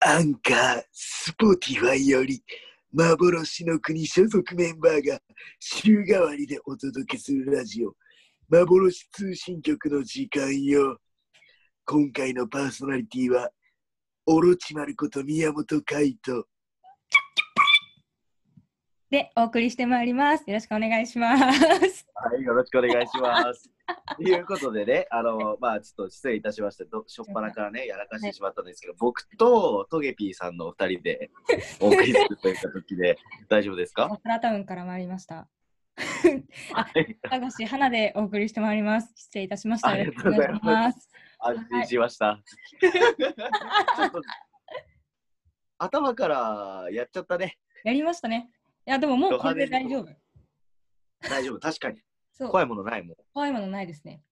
アンカー、スポティファイより、幻の国所属メンバーが週替わりでお届けするラジオ、幻通信局の時間よ。今回のパーソナリティは、オロチマルこと宮本海斗。でお送りしてまいります。よろしくお願いし ます。はい、よろしくお願いします。ということでね、あの、まあ、ちょっと失礼いたしました。ど、しょっぱなからね、やらかしてしまったんですけど、僕とトゲピーさんのお二人で。お送りするといった時で、大丈夫ですオか。プラタウンから参りま した。はい、高橋花でお送りしてまいります。失礼いたしました。ありがとうございますよろしくお願いしす。安心しました。ちょっと。頭からやっちゃったね。やりましたね。いやでももうこれで大 丈夫。大丈夫、確かに。そう怖いものないもん。怖いものないですね。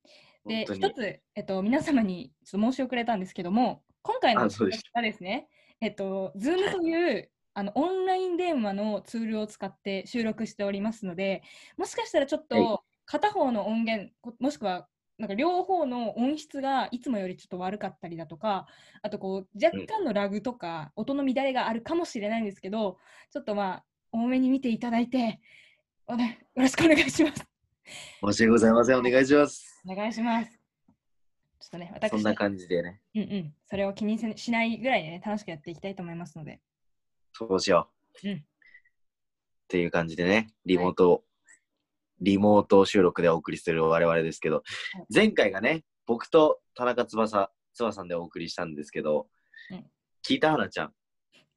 で本当一に。つえっと皆様にちょっと申し遅れたんですけども、今回のあそうでしはですね、えっと Zoom というあのオンライン電話のツールを使って収録しておりますので、もしかしたらちょっはいと片方の音源こもしくはなんか両方の音質がいつもよりちょっと悪かったりだとか、あとこう若干のラグとか音の乱れがあるかもしれないんですけど、ちょっとまあ多めに見ていただいて、おね、よろしくお願いします。申し訳ございません。お願いします。お願いします。ちょっとね、私そんな感じでね。うんうん、それを気にせしないぐらいでね、楽しくやっていきたいと思いますので。そうしよう。うんっていう感じでね、リモート、リモート収録でお送りする我々ですけど、はい前回がね、僕と田中翼、翼さんでお送りしたんですけど、うん聞いた花ちゃん。聞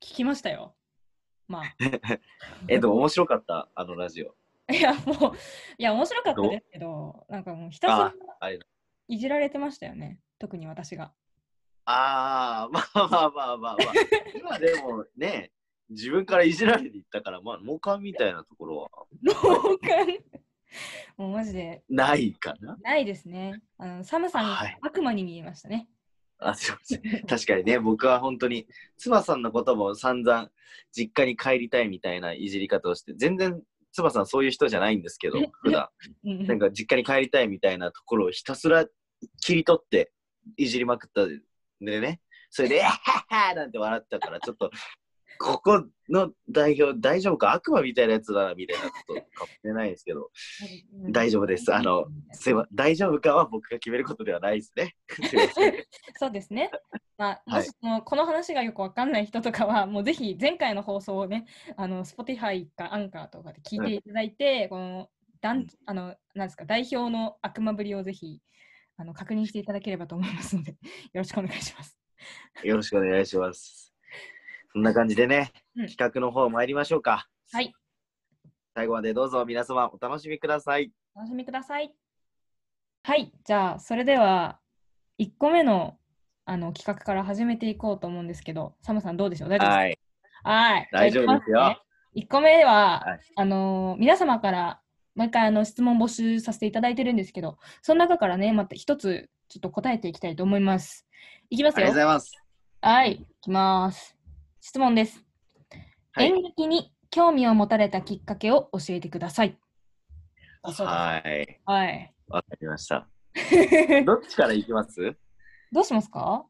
きましたよ。まあ。えっと、面白かった、あのラジオ。いや、もう、いや、面白かったですけど、なんかもうひたすあらあれいじられてましたよね。特に私 が。あー、まあまあまあまあ まあ。今でもね、自分からいじられていったから、まあ、モカみたいなところは老眼もうマジで、ないかな。ないですね。あのサムさん、はい悪魔に見えましたね。あ、すいません。確かにね、僕は本当に、つばさんのことも散々、実家に帰りたいみたいないじり方をして、全然、つばさんそういう人じゃないんですけど、普段、うんうんなんか実家に帰りたいみたいなところをひたすら切り取って、いじりまくったんでね、それで、えははなんて笑ってたから、ちょっと、ここの代表、大丈夫か悪魔みたいなやつだな、みたいなことかもしれないですけど、うん大丈夫ですあのすいま大丈夫かは僕が決めることではないですね。すいませんそうですね。まあ、はもいしもうこの話がよくわかんない人とかは、 もうぜひ前回の放送をね、あの Spotify かアンカーとかで聞いていただいて、このだうんんあのなんですか代表の悪魔ぶりをぜひあの確認していただければと思いますので、よ ろしくお願いします。よろしくお願いします。そんな感じでね、うん企画の方参りましょうか。はい。最後までどうぞ皆様お楽しみください。お楽しみください。はい、じゃあそれでは1個目のあの企画から始めていこうと思うんですけど、サムさんどうでしょう大丈夫ですかはい。はい。大丈夫ですよじゃあ行きますね。1個目は、はいあのー皆様から毎回あの質問募集させていただいてるんですけど、その中からね、また一つちょっと答えていきたいと思います。いきまあすりがとうよご。ざいます。はい、いきます。質問です。はい演劇に興味を持たれたきっかけを教えてください。あそうですはい。 はい。わかりました。どっちから行きますどうしますか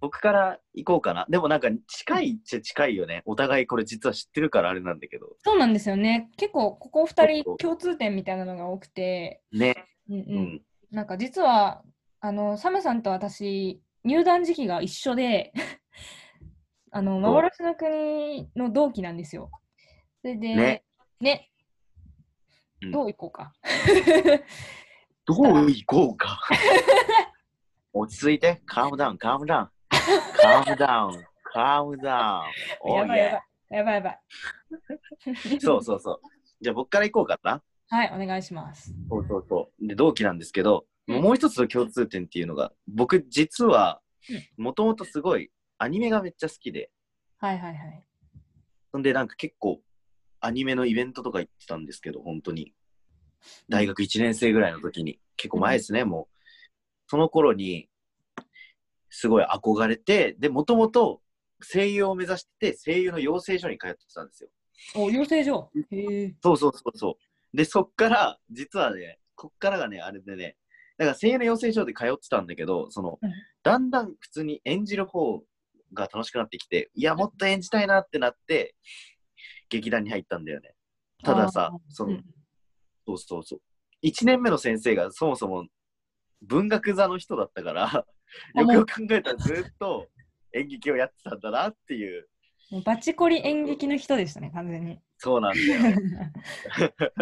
僕から行こうかな。でもなんか近いっちゃ近いよね。お互いこれ実は知ってるからあれなんだけど。そうなんですよね。結構、ここ2そう人共通点みたいなのが多くて、ね。うんううんん。なんか実はあのサムさんと私入団時期が一緒で あの幻の国の同期なんですよ。それでねねうんどういこうか。 どう行こ うか。落ち着いて。カームダウン、カームダウン。カームダウン、calm down. や Oh, ばいや yeah. ばい。やばいやばい。そうそうそう。じゃあ僕から行こうかな。 はい、お願いします。そうそうそう。で、同期なんですけど、うんもう一つの共通点っていうのが、僕実はうん、もともとすごいアニメがめっちゃ好きで、はいはいはい。そんでなんか結構アニメのイベントとか行ってたんですけど、本当に。大学1年生ぐらいの時に、結構前ですね、もう。その頃に、すごい憧れて、で、もともと声優を目指してて、声優の養成所に通ってたんですよ。お、養成所。へえ。そうそうそうそう。で、そっから、実はね、こっからがね、あれでね、だから声優の養成所で通ってたんだけど、そのうん、だんだん普通に演じる方が楽しくなってきて、いや、もっと演じたいなってなって、劇団に入ったんだよね。たださあー、そうのん、そうそうそう。1年目の先生がそもそも文学座の人だったから、あよくもうよく考えたらずっと演劇をやってたんだなっていう、もうバチコリ演劇の人でしたね、完全に。そうなんだよね。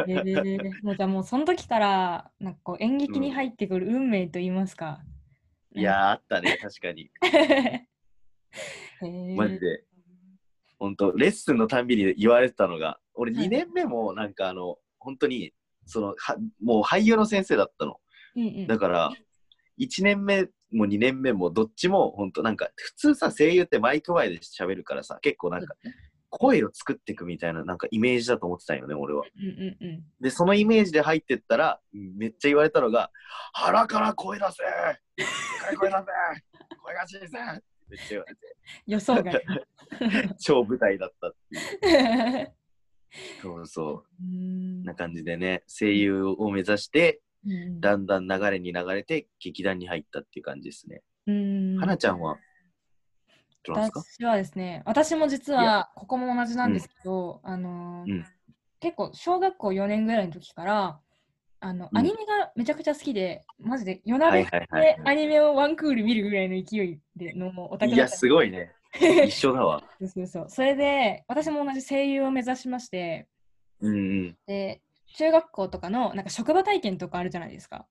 えー、もうじゃあもうその時からなんかこう演劇に入ってくる運命と言いますか。いやー、あったね、確かに。うん。 へーマジで。本当レッスンのたんびに言われてたのが俺はい2年目もなんかあの本当にそのはもう俳優の先生だったのうんうん。だから1年目も2年目もどっちも本当なんか普通さ声優ってマイク前で喋るからさ結構なんか声を作っていくみたいななんかイメージだと思ってたんよね俺はうんうんうん。でそのイメージで入ってったらめっちゃ言われたのが「腹から声出せでかい声出せ声が小さい!」めっちゃ言われて予想 外。超舞台だったうそうそうーんな感じでね、声優を目指して、うんだんだん流れに流れて、劇団に入ったっていう感じですね。うんはなちゃんは、どうなんですか私はですね、私も実いはここも同じなんですけど、あのーうん結構小学校4年ぐらいの時からあの、うんアニメがめちゃくちゃ好きで、マジで夜は鍋いはいはでい。アニメをワンクール見るぐらいの勢いでのオタクいだや、ったすご いね。一緒だわ。そうそうそうそれで私も同じ声優を目指しましてうんうん。で中学校とかのなんか職場体験とかあるじゃないですか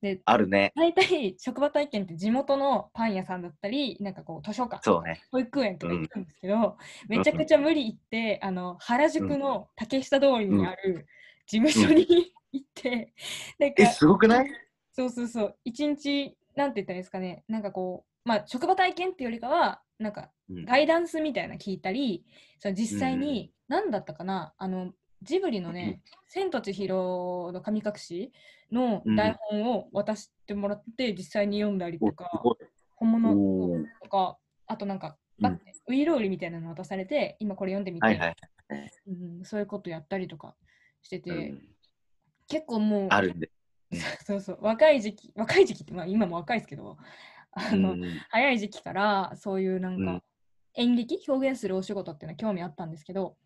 であるね。大体職場体験って地元のパン屋さんだったりなんかこう図書館そうね。保育園とか行ったんですけど、めちゃくちゃ無理行って、あの原宿の竹下通りにある事務所に、 行ってなんえ、かすごくないそうそうそう一日なんて言ったらいいですかねなんかこうまあ職場体験っていうよりかはなんかうんガイダンスみたいな聞いたりその実際うんうんうに何だったかな、あのジブリのね「千と千尋の神隠し」の台本を渡してもらって実際に読んだりとおすか、ごい本お物ーとかあとなんかうんバッてウイローリみたいなの渡されて今これ読んでみて、はいはい。うん、そういうことやったりとかしてて、うん結構もうあるんで。 そうそう若い時期若い時期って、まあ、今も若いですけどあうの、んうん早い時期からそういうなんか、うん演劇表現するお仕事っていうのは興味あったんですけど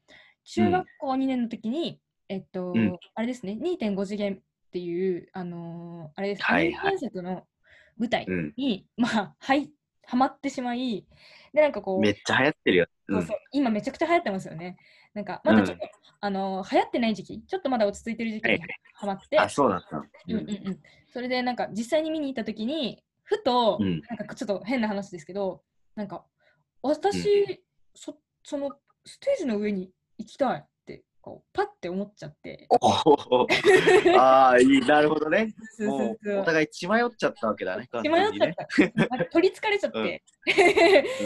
中学校2年の時に、えっと、うんあれですね2.5次元っていうあのーあれです、はいはアいニメ原作の舞台うん。に、まあはいはまってしまいでなんかこうめっちゃ流行ってるよ。そううんそう今めちゃくちゃ流行ってますよねなんかまだちょっと、うあのー流行ってない時期ちょっとまだ落ち着いてる時期はいにはいはまって、あ、そうだった。うんうんうん、それでなんか実際に見に行った時にふと、うんなんかちょっと変な話ですけどなんか私、そそのステージの上に行きたいってこうパッて思っちゃってお ーああ、いい。なるほどね。もう、おそう互い血迷っちゃったわけだね。血迷っちゃっね。た、なんか取りつかれちゃって、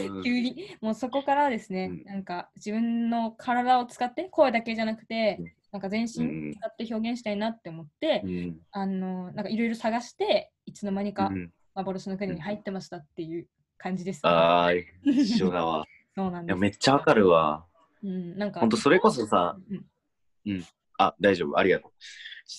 うん急にもうそこからですね、うんなんか自分の体を使って声だけじゃなくて、うんなんか全うんう身ん使って表現したいなって思って、うんあのなんかいろいろ探していつの間にかうん幻の国に入ってましたっていう感じです、ああ、一緒だわ。 そうなんいでや、す。めっちゃわかるわ。うん、なんか。ほんと、それこそさ、うんあ、大丈夫、ありがと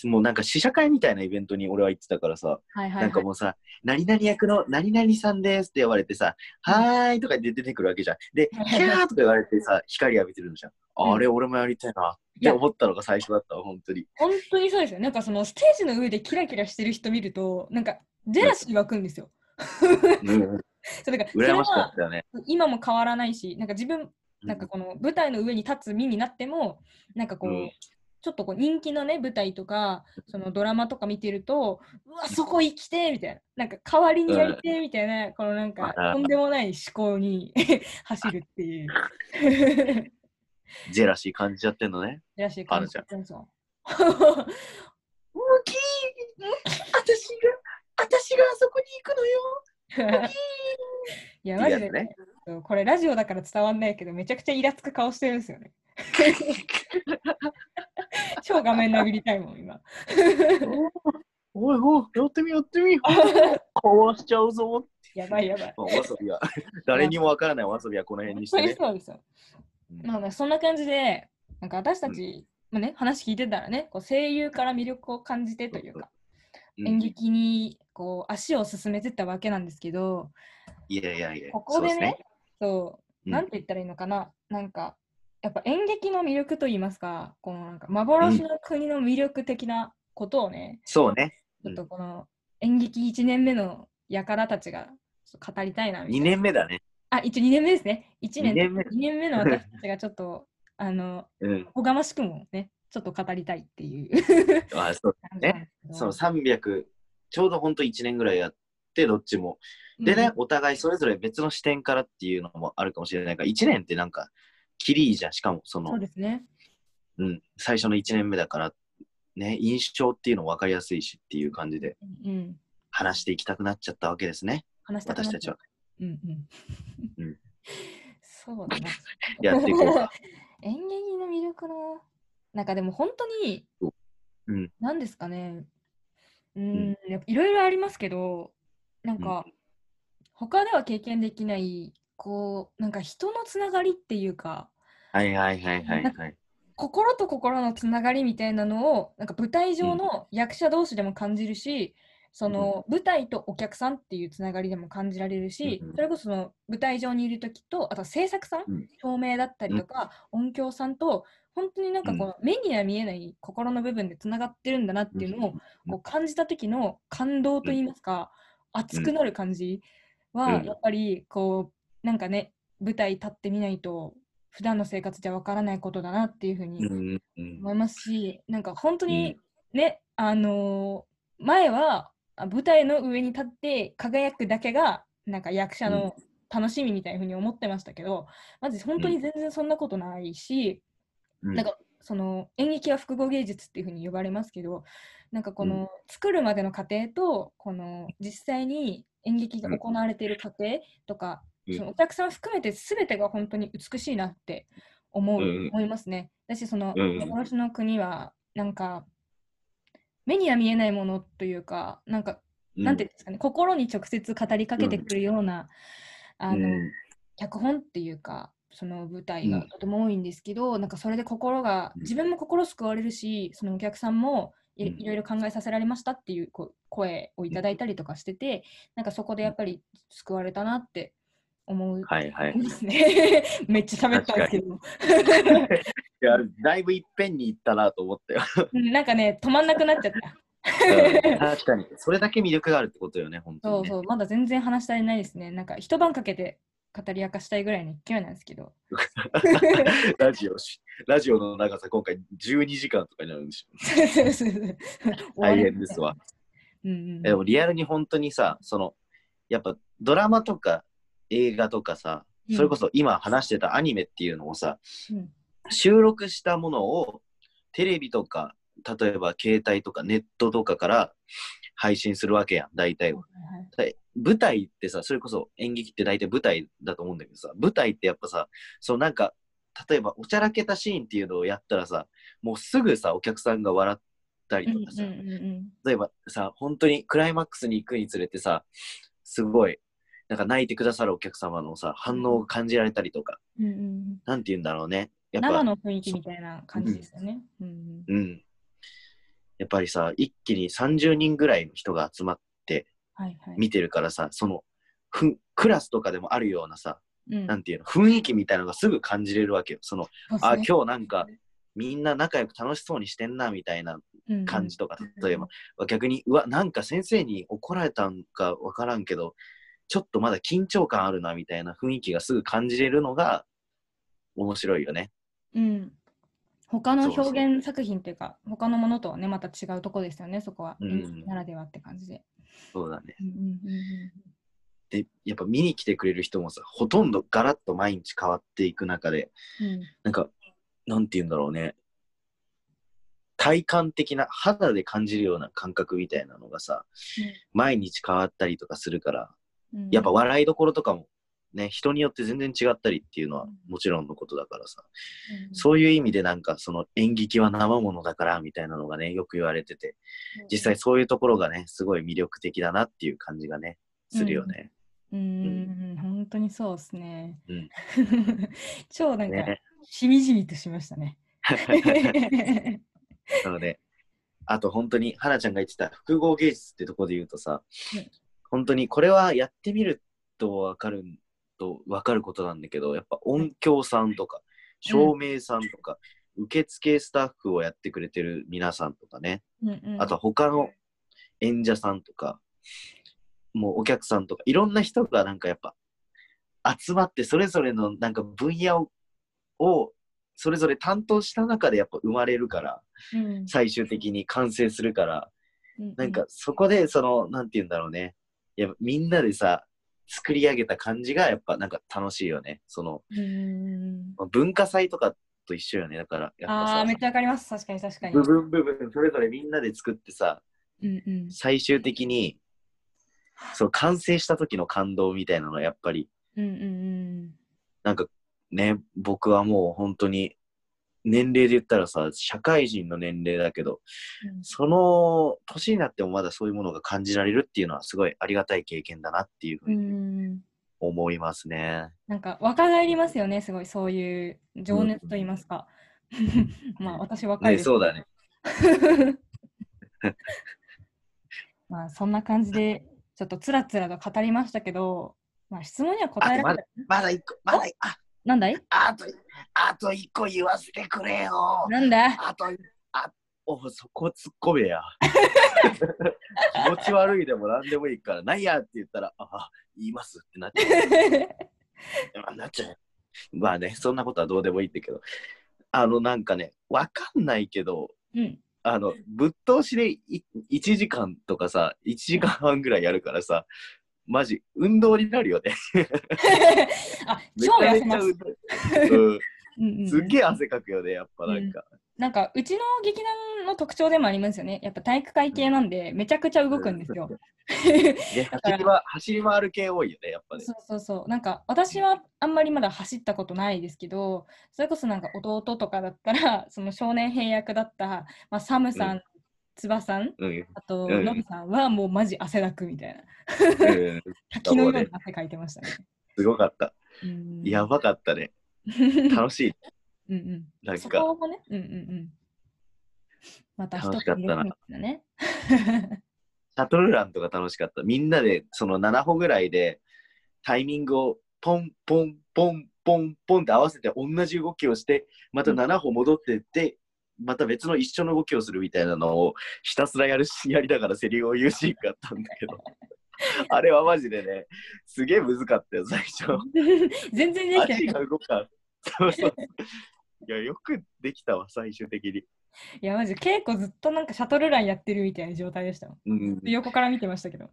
う。もうなんか試写会みたいなイベントに俺は行ってたからさ、はいはい、はい。なんかもうさ、何々役の何々さんですって呼ばれてさ、うんはーいとか言って出てくるわけじゃん。で、 キャーとか言われてさ、光浴びてるのじゃん。うんあれ、俺もやりたいなっいてや、思ったのが最初だったわ、本当に。本当にそうですよ。なんかそのステージの上でキラキラしてる人見ると、なんかジェラシー湧くんですよ。うん、 そうなんかそれ羨ましかはったよね。今も変わらないし、なんか自分、なんかうこの舞台の上に立つ身になっても、なんかこう、うんちょっとこう人気のね舞台とかそのドラマとか見てるとうわそこ行きてえみたいななんか代わりにやりてえみたいな、このなんかうんとんでもない思考に 走るっていう。ジェラシー感じちゃってんのね。らしいあ感るじじゃんそうそうムキー私が、私があそこに行くのよ いやマっていうやジで、つねこれラジオだから伝わんないけどめちゃくちゃイラつく顔してるんです よね。超画面殴りたいもん今。おいおい、やってみやって み壊しちゃうぞ。やばいやばい。お遊 びは、誰にもわからないお遊びはこの辺にしそ てうでねす。そうですよ。まあまあそんな感じでなんか私たち、まあね、話聞いてたらねこう声優から魅力を感じてというか、うん演劇にこう足を進めてったわけなんですけどいやいやいや、ここでねそうすそううんなんて言ったらいいのかな、なんかやっぱ演劇の魅力といいますかこのなんか幻の国の魅力的なことをね、そうね。うんちょっとこの演劇1年目の輩たちがちょっと語りたいなみたい2な。年目だね。あ、一応2年目ですね。1年二年目二年目の私たちがちょっ とあのうん。おがましくもね、ちょっと語りたいっていうあそう 感じなんですけど。その300、ちょうどほんと1年ぐらいやって、どっちも。でうね、んお互いそれぞれ別の視点からっていうのもあるかもしれないから、1年ってなんか、きりいいじゃん。しかも、そのそう、ですね。うん、最初の1年目だから、ね、印象っていうの分かりやすいしっていう感じで、うんうん。話していきたくなっちゃったわけですね。話したくなっ私たちは。。うんうん。うんそうだな。やっていこうか。 演劇の魅力の、なんかでも本当に、うん、なんですかね、うーん、やっぱいろいろありますけど、なんか、他では経験できない、こう、なんか人のつながりっていうか、はいはいはいはいはい。心と心のつながりみたいなのをなんか舞台上の役者同士でも感じるし、その舞台とお客さんっていうつながりでも感じられるし、うんうんそれこそその舞台上にいる時とあとは制作さん、うん照明だったりとか、音響さんと本当になんかこう、目には見えない心の部分でつながってるんだなっていうのを、うんこう感じた時の感動といいますか、熱くなる感じは、うんやっぱりこうなんかね舞台立ってみないと普段の生活じゃわからないことだなっていうふうにうんうん思いますし、なんか本当にね、あのー前はあ舞台の上に立って輝くだけがなんか役者の楽しみみたいなふうに思ってましたけど、まず本当に全然そんなことないし、うんなんかその演劇は複合芸術っていうふうに呼ばれますけどなんかこの、う作るまでの過程とこの実際に演劇がうん行われている過程とか、うんそのお客さん含めて全てが本当に美しいなって思う、うんうん思いますね。だしそのうんうん幻の国はなんか目には見えないものというかなんか、うんなんていうんですかね心に直接語りかけてくるような、あのうん脚本っていうかその舞台うがんとても多いんですけど、なんかそれで心がうん自分も心救われるしそのお客さんもい,、うんいろいろ考えさせられましたっていうこう声をいただいたりとかしてて、なんかそこでやっぱり救われたなって思うはいはい。んですね めっちゃ喋ったんですけど いや、だいぶいっぺんに行ったなと思ったよ。うんなんかね止まんなくなっちゃったうん 確かに。それだけ魅力があるってことよね、本 そ当うに、ね。そうまだ全然話したりないですねなんか一晩かけて語り明かしたいぐらいの勢いなんですけ どラジオし、ラジオの長さ、今回12時間とかになるんでしょ。大変ですわ。うんうんでもリアルに本当にさ、その、やっぱドラマとか映画とかさ、それこそ今話してたアニメっていうのをさ、うん収録したものをテレビとか、例えば携帯とかネットとかから配信するわけやん、大体は。はいはいで舞台ってさ、それこそ演劇って大体舞台だと思うんだけどさ、舞台ってやっぱさ、そうなんか、例えばおちゃらけたシーンっていうのをやったらさ、もうすぐさ、お客さんが笑ったりとかさ、うんうんうんうん例えばさ、本当にクライマックスに行くにつれてさ、すごい、なんか泣いてくださるお客様のさ、反応を感じられたりとか、うんうんうんなんて言うんだろうね。やっぱ、生の雰囲気みたいな感じですよね。うんうんうん。やっぱりさ、一気に30人ぐらいの人が集まってはいはい。見てるからさ、その、ふんクラスとかでもあるようなさ、うんなんていうの、雰囲気みたいなのがすぐ感じれるわけよ。その、あ、今日なんか、みんな仲良く楽しそうにしてんな、みたいな日感じとか、うん例えば、逆に、うわ、なんか先生に怒られたんかわからんけど、ちょっとまだ緊張感あるな、みたいな雰囲気がすぐ感じれるのが、面白いよね。うん。他のそうですね表現作品っていうか、他のものとはね、また違うとこですよね、そこは。うん演出ならではって感じで。そうだね。うんうんうんうんで、やっぱ見に来てくれる人もさ、ほとんどガラッと毎日変わっていく中で、うんなんか、なんて言うんだろうね。体感的な、肌で感じるような感覚みたいなのがさ、毎日変わったりとかするから、うんやっぱ笑いどころとかも、ね、人によって全然違ったりっていうのはもちろんのことだからさ、うんそういう意味でなんかその演劇は生ものだからみたいなのがね、よく言われてて、実際そういうところがね、すごい魅力的だなっていう感じがね、するよね。うーん、本当にそうですね。うん 超なんかね、しみじみとしました ね。なので、あと本当に、花ちゃんが言ってた複合芸術ってとこで言うとさ、うん本当にこれはやってみるとわかるん、とわかることなんだけど、やっぱ音響さんとか、照明さんとか、受付スタッフをやってくれてる皆さんとかね、うんうんあとは他の演者さんとか、もうお客さんとか、いろんな人がなんかやっぱ集まって、それぞれのなんか分野を、をそれぞれ担当した中でやっぱ生まれるから、うん最終的に完成するから、ううなんかそこでその、なんて言うんだろうね。やっぱみんなでさ、作り上げた感じがやっぱなんか楽しいよね。その、うーん文化祭とかと一緒よね。だから、やっぱあさあ、めっちゃわかります。確かに確かに。部分部分、それぞれみんなで作ってさ、うんうん最終的にそう完成した時の感動みたいなのはやっぱりうんうんなんかね僕はもう本当に年齢で言ったらさ社会人の年齢だけどうんその年になってもまだそういうものが感じられるっていうのはすごいありがたい経験だなっていうふううんうにん。思いますね。なんか若返りますよね、すごいそういう情熱と言いますか。 まあ私若いねです。そうだね。まあそんな感じで、ちょっとつらつらと語りましたけど、まあ質問には答えられない。まだ一個まだあなんだいあとあと一個言わせてくれよ。なんだあとあおそこ突っ込めや。気持ち悪いでも何でもいいから、なんやって言ったら、あ言いますってなっちゃう。あなっちゃう。まあね、そんなことはどうでもいいんだけど、あの、なんかね、わかんないけど、うん。あの、ぶっ通しでい1時間とかさ、1時間半ぐらいやるからさ、マジ、運動になるよね。あ、めち 超痩ゃめせちゃます。運動。うんうんうんすっげえ汗かくよね、やっぱなんか。なんかうちの劇団の特徴でもありますよね。やっぱ体育会系なんで、めちゃくちゃ動くんです よ。ね走りは走り回る系多いよね、やっぱね。そうそうそう。なんか私はあんまりまだ走ったことないですけど、それこそなんか弟とかだったら、その少年兵役だった、まあ、サムさ、うんつばさん、うんあとうんノブさんはもうマジ汗だくみたいな。うん 滝のように汗かいてましたね。すごかった。うんやばかったね。楽しい。うんうん。なんそか、こもね、うんうんうん。また一楽しつかった入なれてみたね。シャトルランとか楽しかった。みんなで、その7歩ぐらいで、タイミングをポンポンポンポンポンって合わせて同じ動きをして、また7歩戻ってって、また別の一緒の動きをするみたいなのをひたすらやるし、や りながらセリフを言うシーンがあったんだけど、あれはマジでね、すげえ難かったよ、最初。全然できてない足。が動かん。そうそう。いや、よくできたわ、最終的に。いや、マジ、稽古ずっとなんかシャトルランやってるみたいな状態でしたもん。うん、横から見てましたけど。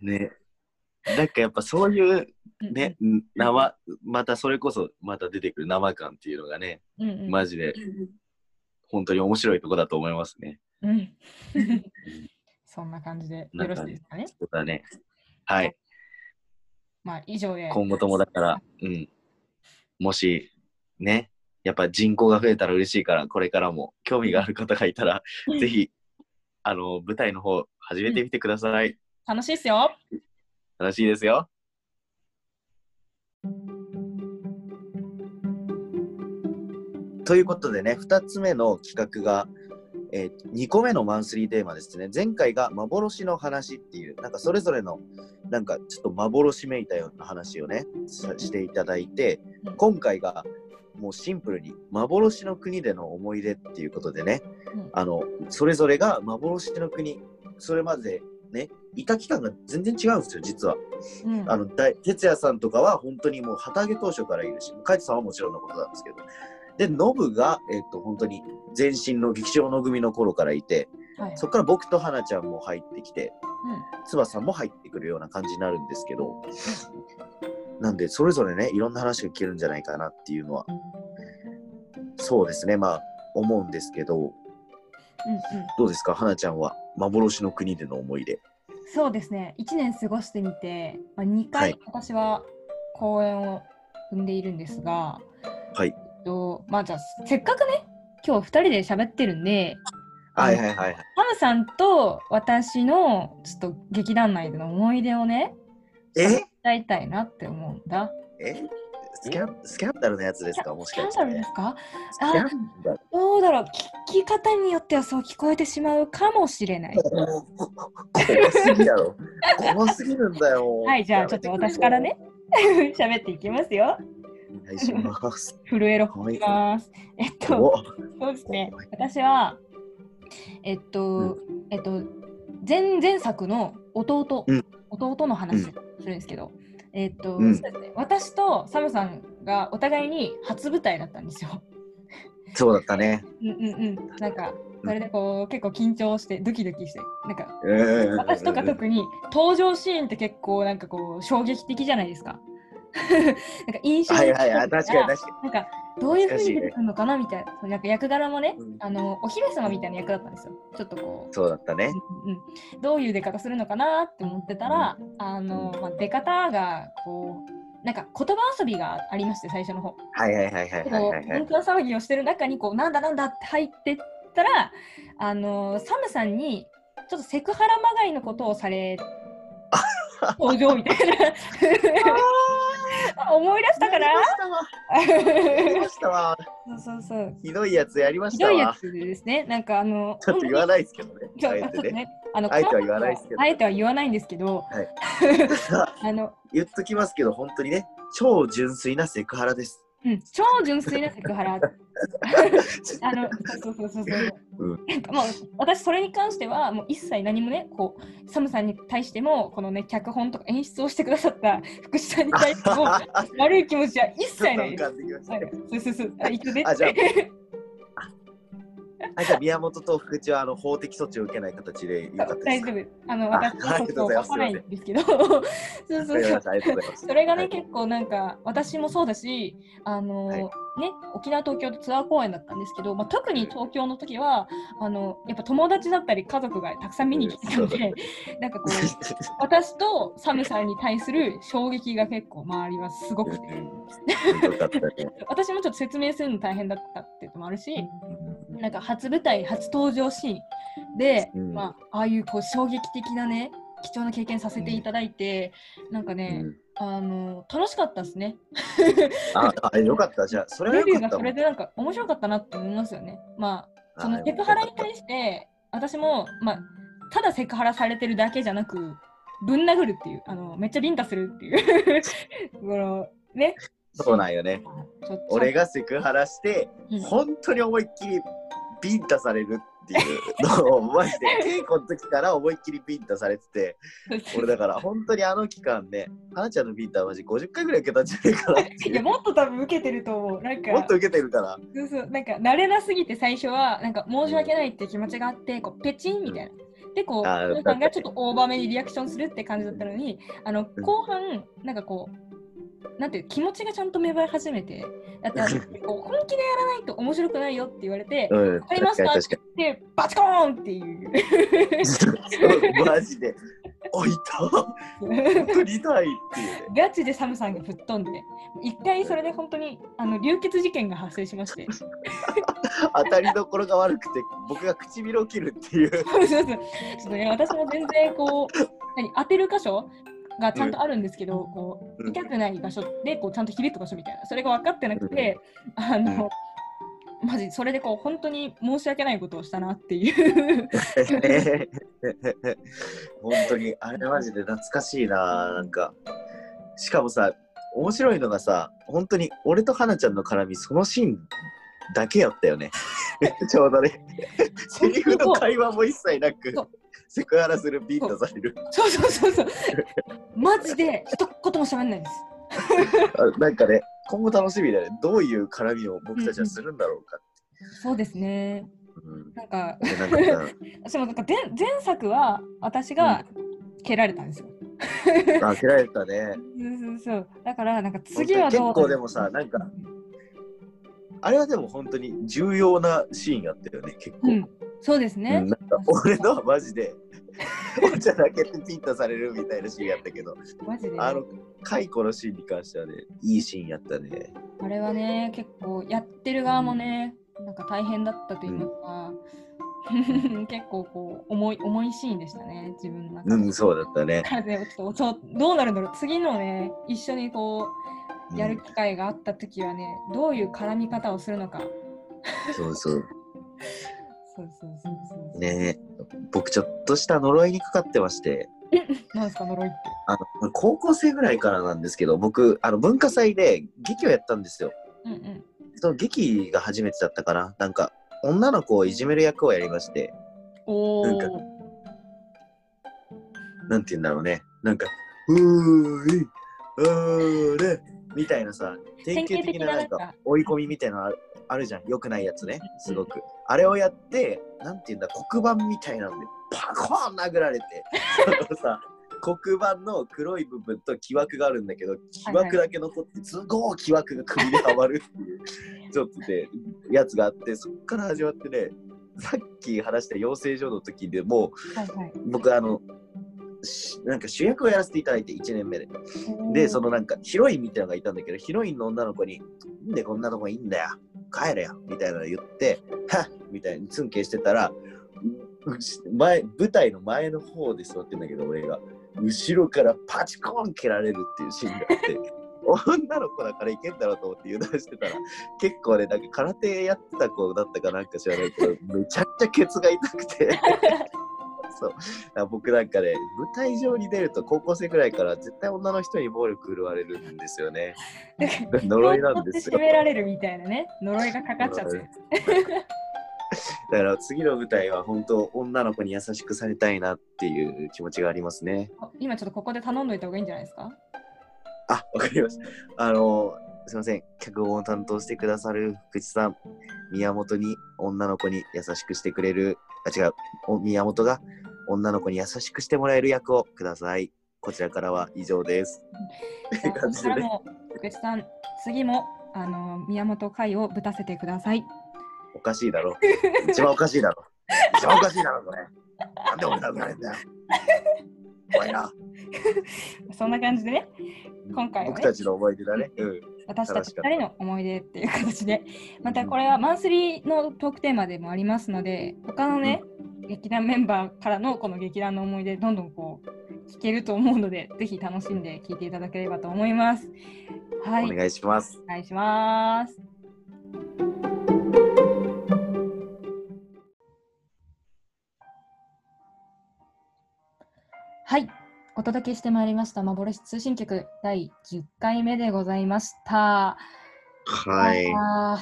ね。なんかやっぱそういううんうんね、、生、またそれこそまた出てくる生感っていうのがね、うんうん、マジで本当に面白いとこだと思いますね。うん。 そんな感じでよろしいですかね。そうだね。はい。まあ、以上で。今後ともだから、うん。もし、ね、やっぱ人口が増えたら嬉しいから、これからも興味がある方がいたら、ぜひ、あの、舞台の方始めてみてください。楽しいっすよ。楽しいですよ。ということでね、2つ目の企画が、え2個目のマンスリーテーマですね。前回が幻の話っていう、なんかそれぞれの、なんかちょっと幻めいたような話をね、さしていただいてうん、今回がもうシンプルに幻の国での思い出っていうことでね、うんあの、それぞれが幻の国、それまでね、いた期間が全然違うんですよ、実は。うんあの、だい哲也さんとかは本当にもう旗揚げ当初からいるし、カイトさんはもちろんのことなんですけど、でノブが、えっと本当に前身の劇場の組の頃からいてはいそこから僕と花ちゃんも入ってきてうんつばさんも入ってくるような感じになるんですけどなんでそれぞれねいろんな話が聞けるんじゃないかなっていうのはそうですねまあ思うんですけうどんうんどうですか花ちゃんは幻の国での思い出そうですね1年過ごしてみて、まあ、2は回い私は公演を踏んでいるんですが、はいえっとまあじゃあせっかくね今日2人で喋ってるんではいはいはいはいハムさんと私のちょっと劇団内での思い出をねえ伝えたいなって思うんだ。えスキャンスキャンダルのやつですかもスしキャかンしてダルですかスキあャンダルどうだろう聞き方によってはそう聞こえてしまうかもしれない。怖すぎ やろ。怖すぎるんだよ。はいじゃあちょっと私からね 喋っていきますよ。お願いします。震えろ。はいいきます。えっと。おそうですね。私は、えっと、えっと、前前作の弟、うん弟の話するんですけど、えっと、うんそうですね、私とサムさんがお互いに初舞台だったんですよ。そうだったね。うんうんうん。なんか、それでこう、結構緊張して、ドキドキして、なんか、うん私とか特に登場シーンって結構なんかこう衝撃的じゃないですか。 なんか印象はにい残はいはい、るから確かに確かに。なんかどういう風懐かしいにね出てくるのかなみたいな、なんか役柄もね、うんあのお姫様みたいな役だったんですよ。ちょっとこう、そうだったね。うんうん、どういう出方するのかなって思ってたら、あのまあ、出方がこうなんか言葉遊びがありまして最初の方、はいはいはいはいはいはいはい。文化騒ぎをしてる中にこうなんだなんだって入ってったら、あのサムさんにちょっとセクハラまがいのことをされ登場みたいな思い出したかなやりましたわ。そうそうそう。ひどいやつやりましひたどいやわ。つですね。なんかあの、ちょっと言わないですけどね。ちょあっえとちょってとね。ね、あの、あえては言わないですけどあえては言わないんですけど、はいあの、言っときますけど、本当にね、超純粋なセクハラです。うん、超純粋なセクハ ラ。あの、そうそうそうそう。うなんかもう、私それに関しては、もう一切何もね、こう、サムさんに対しても、このね、脚本とか演出をしてくださった福士さんに対して も、悪い気持ちは一ち切ょっとない浮です。かんできましたはねい。、そうそうそう、あ一応ね あじゃああじゃあ宮本と福地はあの法的措置を受けない形でよかったで大す丈か。夫。あの、あ私ありはがちょっととうございわますからないんですけど、そうそうわかりそうまし。たありがとうございます。それがね、はい結構なんか私もそうだしあの、はいね沖縄東京とツアー公演だったんですけど、まあ、特に東京の時はあのやっぱ友達だったり家族がたくさん見に来てたので、 なんかこう私とサムさんに対する衝撃が結構周りはすごくてうん よかったね。私もちょっと説明するの大変だったっていうのもあるしうんなんか初舞台初登場シーンで、うんまあ、ああいうこう衝撃的なね貴重な経験させていただいて、なんかね、うんあの楽しかったですね。ああよかったじゃあそれはデビュよーかがったそも れんでなんか面白かったなって思いますよね。まあそのセクハラに対して私も、まあ、ただセクハラされてるだけじゃなくぶん殴るっていうあのめっちゃビンタするっていう このねそうなんよね。ちょっと俺がセクハラしてうん 本当に思いっきりビンタされるっていう のをマジで稽古の時から思いっきりビンタされてて俺だから本当にあの期間ね花ちゃんのビンタはマジ50回ぐらい受けたんじゃないかなっていいやう。もっと多分受けてると思う。なんかもっと受けてるから。そうそうなんか慣れなすぎて最初はなんか申し訳ないって気持ちがあってこうペチンみたいな。でこうあー皆さんがちょっとオーバーめにリアクションするって感じだったのにあのうん後半なんかこうなんていう気持ちがちゃんと芽生え始めてだっ てあのこう本気でやらないと面白くないよって言われてうん、かりました確かに確かにでバチコーンっていうマジで。あ、いた本当にいたいっていう ね。ガチでサムさんが吹っ飛んで一回それで本当にあの流血事件が発生しまして当たりどころが悪くて、僕が唇を切るっていう。そうそうそうちょっとね私も全然こう何当てる箇所がちゃんとあるんですけど、こう痛くない場所でこうちゃんと響く場所みたいなそれが分かってなくて、あの、マジそれでこう本当に申し訳ないことをしたなっていう 本当に、あれマジで懐かしいな、なんか。しかもさ、面白いのがさ、本当に俺と花ちゃんの絡み、そのシーンだけやったよね。 ちょうど ね。 セリフの会話も一切なくそう、セクハラする、ビンタされる。そうそうそうそうマジで一言も喋んないですあなんかね、今後楽しみだね。どういう絡みを僕たちはするんだろうか。そうですね。うんなんか、でなんか 私もなんか前前作は私が蹴られたんですよ。さ、開けられたそね。うそうそう。だから、なんか次はどう結構でもさなんかあれはでも本当に重要なシーンやったよね、結構。うん、そうですうねん。なんか 俺のはマジで、お茶だけでピンとされるみたいなシーンやったけど、マジでね、あの、解雇のシーンに関してはね、いいシーンやったね。あれはね、結構やってる側もね、なんか大変だったと言いますか、結構こう重い重いシーンでしたね、自分の中で。うん、そうだったねだ。からね、ちょっとそうどうなるんだろう、次のね、一緒にこううんやる機会があった時はね、どういう絡み方をするのか。そうそう。そうそうそうそう。ね僕ちょっとした呪いにかかってまして、なんですか、呪いって。あの高校生ぐらいからなんですけど、僕、あの文化祭で劇をやったんですよ。うんうん。その劇が初めてだったかな。なんか、女の子をいじめる役をやりまして、おお。なんかなんて言うんだろうね。なんか、うーい、うーれ、みたいなさ、典型的なな典型的なんなんかか追い込みみたいなのあるあるじゃん。よくないやつね、すごく。あれをやって、なんて言うんだ、黒板みたいなので、パコーン殴られて、そのさ、黒板の黒い部分と木枠があるんだけど、木枠だけ残って、すごい木枠が首にはまるっていう、ちょっとね、やつがあって、そっから始まってね、さっき話した養成所の時でもう、はいはい。僕あのしなんか主役をやらせていただいて1年目ででそ の。のなんかヒロインみたいなのがいたんだけどヒロインの女の子に「なんでこんなとこいいんだよ帰れよ」みたいなの言って「はっ!」みたいにツンケンしてたらううし前舞台の前の方で座ってんだけど俺が後ろからパチコーン蹴られるっていうシーンがあって女の子だからいけんだろうと思って油断してたら結構ねなんか空手やってた子だったかなんか知らないけどめちゃくちゃケツが痛くてそうだから僕なんかね舞台上に出ると高校生くらいから絶対女の人に暴力振るわれるんですよね 呪いなんです絞よめられるみたいなね、呪いがかかっちゃって。だから次の舞台は本当女の子に優しくされたいなっていう気持ちがありますね今ちょっとここで頼んどいた方がいいんじゃない ですかあわかりましたあのすいません脚本を担当してくださる福地さん宮本に女の子に優しくしてくれるあ違うお宮本が女の子に優しくしてもらえる役をくださいこちらからは以上ですって感じじゃであここねからも福地さん、次もあの宮本海をぶたせてください。おかしい だろ一番おかしいだろ一番おかしいだろこれなんで俺殴られんだよ怖いなそんな感じでね、今回はね僕たちの思い出だねうん私たち2人の思い出っていう形で、またこれはマンスリーのトークテーマでもありますので、他のね、劇団メンバーからのこの劇団の思い出、どんどんこう聞けると思うので、ぜひ楽しんで聞いていただければと思います。はい、お願いします。お願いします。はい、お届けしてまいりました幻通信局第10回目でございました。はい。あ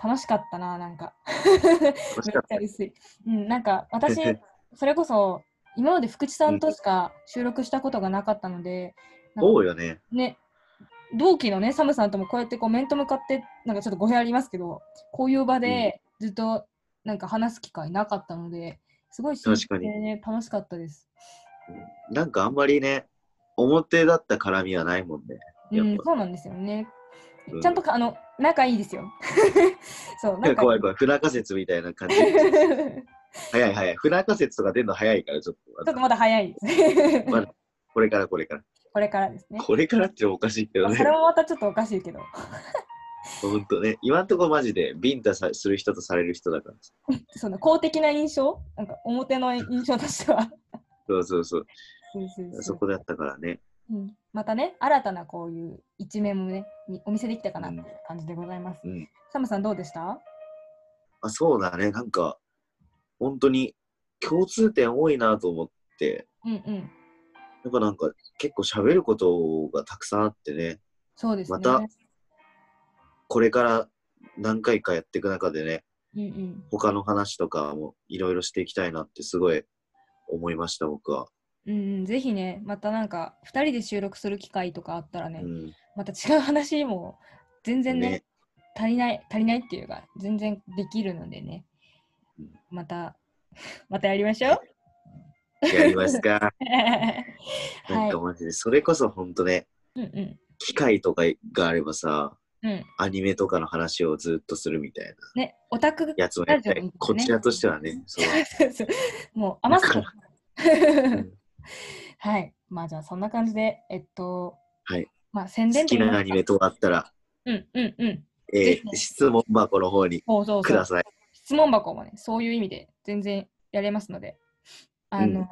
ー楽しかったな、なんか。楽めしっかっちゃ薄い。うん、なんか 私、それこそ今まで福地さんとしか収録したことがなかったので、た。そうよね。ね、同期のね、サムさんともこうやってこう面と向かって、なんかちょっと語弊ありますけど、こういう場でずっとなんか話す機会なかったので、すごい新鮮でね、楽しかったです。なんかあんまりね、表だった絡みはないもんね。うやっんぱ、そうなんですよねうん。ちゃんとか、あの、仲いいですよ。 そう、仲 怖いい怖い。不仲説みたい な感じ。い。早い早い。不仲説とか出るの早いから、ちょっちょとっとまだ早いです。 まだ。これからこれから。これからですね。これからっておかしいけどまあねそ。れもまたちょっとおかしいけど。ほんとね。今んとこマジでビンタさする人とされる人だから。その公的な印象なんか表の印象としては。 そうそうそう。そうそうそうそこだったからね。うん、またね、新たなこういう一面もね、にお見せできたかなっていう感じでございます。うん。サムさんどうでしたあ、そうだね。なんか、本当に共通点多いなと思って。うんうん。やっぱなんか結構喋ることがたくさんあってね。そうですね。またこれから何回かやっていく中でね、うんうん。他の話とかもいろいろしていきたいなってすごい思いました、僕は。うんうん、ぜひね、またなんか、2人で収録する機会とかあったらうね、ん、また違う話も全然ねね足りない足りないっていうか全然できるのでねうんまた またやりましょうやりますか。な はんいかマジで、それこそ本当ね、うんうん機会とかがあればさ、うんアニメとかの話をずっとするみたいなねオタクやつもやったり、ラジオみたいなねこちらとしてはね、 そう。そうそうもう余すことうん はいまあじゃあそんな感じでえっとはいまあ宣伝好とき言いなまアすかニメとかあったら、うんうんうんえぜーひ質問箱の方にそうそうくそうださい。質問箱もね、そういう意味で全然やれますので、あの、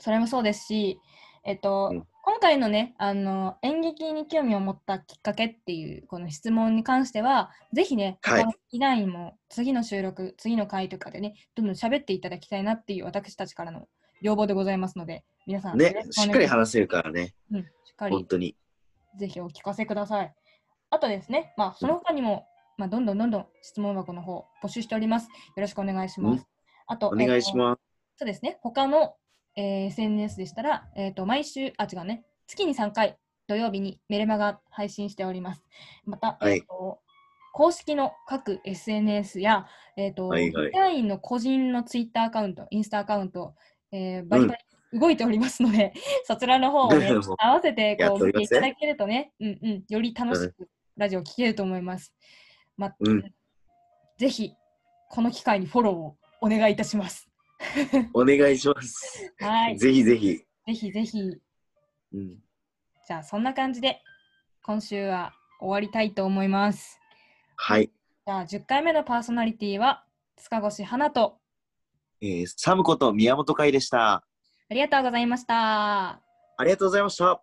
それもそうですし、えっと、うん今回のね、あの、演劇に興味を持ったきっかけっていう、この質問に関しては、ぜひね、はい他の依頼員も次の収録、次の回とかでね、どんどん喋っていただきたいなっていう私たちからの要望でございますので、皆さん、よねろ、くしおっか願いしります話せるからね、うん、しっかり本当に。ぜひお聞かせください。あとですね、まあ、その他にも、まあ、どんどんどんどん質問箱の方募集しております。よろしくお願いしまうす。あと、お願いしす。ます。そうですね、他の、えー SNS でしたら、えーと、毎週、あ、違うね、月に3回、土曜日にメルマガ配信しております。また、はいえーと公式の各 SNS や、えーと、はいはい社員の個人のツイッターアカウント、インスタアカウント、えーバリバリ動いておりますので、そちらの方を、ねもう、合わせてやこっうてお見りてまいすねただけるとね、うんうん、より楽しくラジオ聴けると思います。まうんぜひ、この機会にフォローをお願いいたします。お願いします。はい。ぜぜひぜひ。ひぜひ。うん、じゃあ、そんな感じで、今週は終わりたいと思います。はい、じゃあ、10回目のパーソナリティは、塚越花と、えー。サムこと宮本海でした。ありがとうございました。ありがとうございました。